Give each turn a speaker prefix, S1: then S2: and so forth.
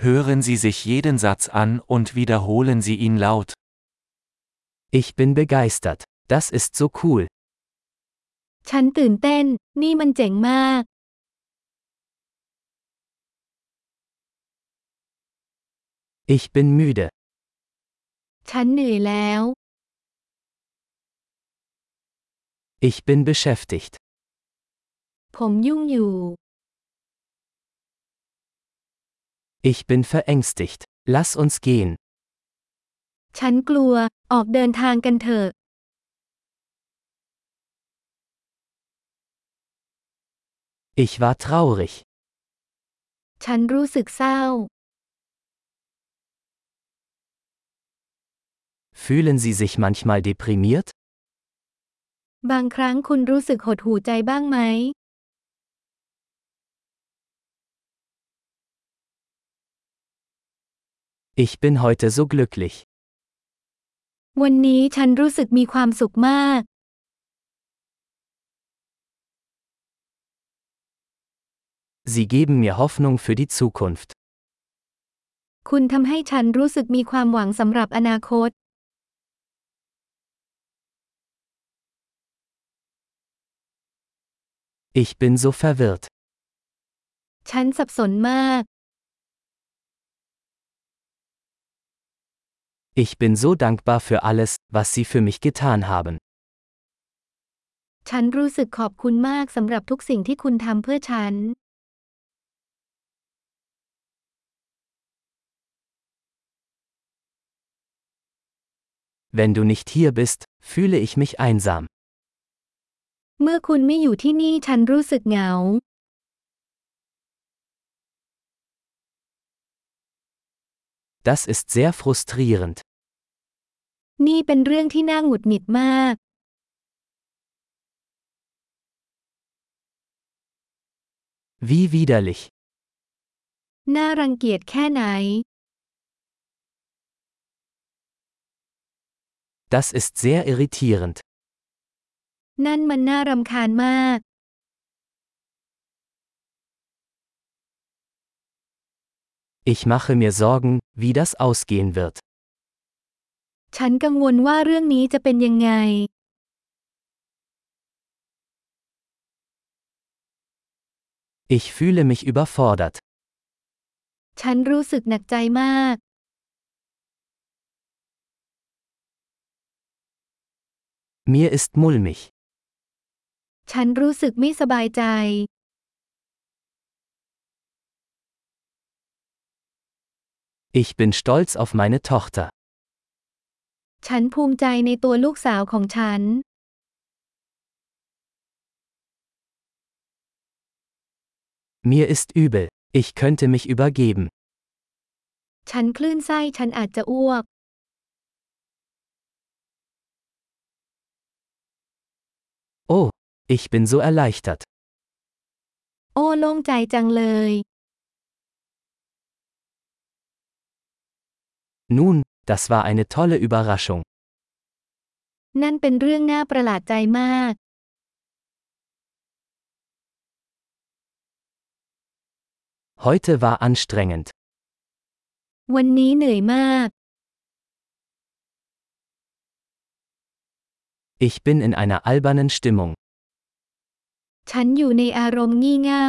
S1: Hören Sie sich jeden Satz an und wiederholen Sie ihn laut.
S2: Ich bin begeistert. Das ist so cool.
S3: ฉันตื่นเต้น นี่มันเจ๋งมาก
S2: Ich bin müde.
S3: ฉันเหนื่อยแล้ว
S2: Ich bin beschäftigt.
S3: ผมยุ่งอยู่
S2: Ich bin verängstigt. Lass uns gehen.
S3: ฉันกลัว ออกเดินทางกันเถอะ
S2: Ich war traurig.
S3: ฉันรู้สึกเศร้า
S2: Fühlen Sie sich manchmal deprimiert?
S3: บางครั้งคุณรู้สึกหดหู่ใจบ้างไหม
S2: Ich bin heute so glücklich.
S3: วันนี้ฉันรู้สึกมีความสุขมาก
S2: Sie geben mir Hoffnung für die Zukunft.
S3: คุณทำให้ฉันรู้สึกมีความหวังสำหรับอนาคต
S2: Ich bin so verwirrt.
S3: ฉันสับสนมาก
S2: Ich bin so dankbar für alles, was Sie für mich getan haben.
S3: ฉันรู้สึกขอบคุณมากสำหรับทุกสิ่งที่คุณทำเพื่อฉัน
S2: Wenn du nicht hier bist, fühle ich mich einsam.
S3: เมื่อคุณไม่อยู่ที่นี่ฉันรู้สึกเหงา
S2: Das ist sehr frustrierend.
S3: นี่เป็นเรื่องที่น่าหงุดหงิดมาก
S2: Wie widerlich.
S3: น่ารังเกียจแค่ไหน
S2: Das ist sehr irritierend.
S3: นั่นมันน่ารำคาญมาก
S2: Ich mache mir Sorgen, wie das ausgehen wird.
S3: ฉันกังวลว่าเรื่องนี้จะเป็นยังไง
S2: Ich fühle mich überfordert.
S3: ฉันรู้สึกหนักใจมาก
S2: Mir ist mulmig.
S3: ฉันรู้สึกไม่สบายใจ
S2: Ich bin stolz auf meine Tochter.
S3: ฉันภูมิใจในตัวลูกสาวของฉัน
S2: Mir ist übel. Ich könnte mich übergeben.
S3: ฉันคลื่นไส้ฉันอาจจะอ้วก
S2: Oh, ich bin so erleichtert.
S3: โอ้โล่งใจจังเลย
S2: Nun, das war eine tolle Überraschung.
S3: นั่นเป็นเรื่องน่าประหลาดใจมาก
S2: Heute war anstrengend.
S3: วันนี้เหนื่อยมาก
S2: Ich bin in einer albernen Stimmung.
S3: ฉันอยู่ในอารมณ์งี่เง่า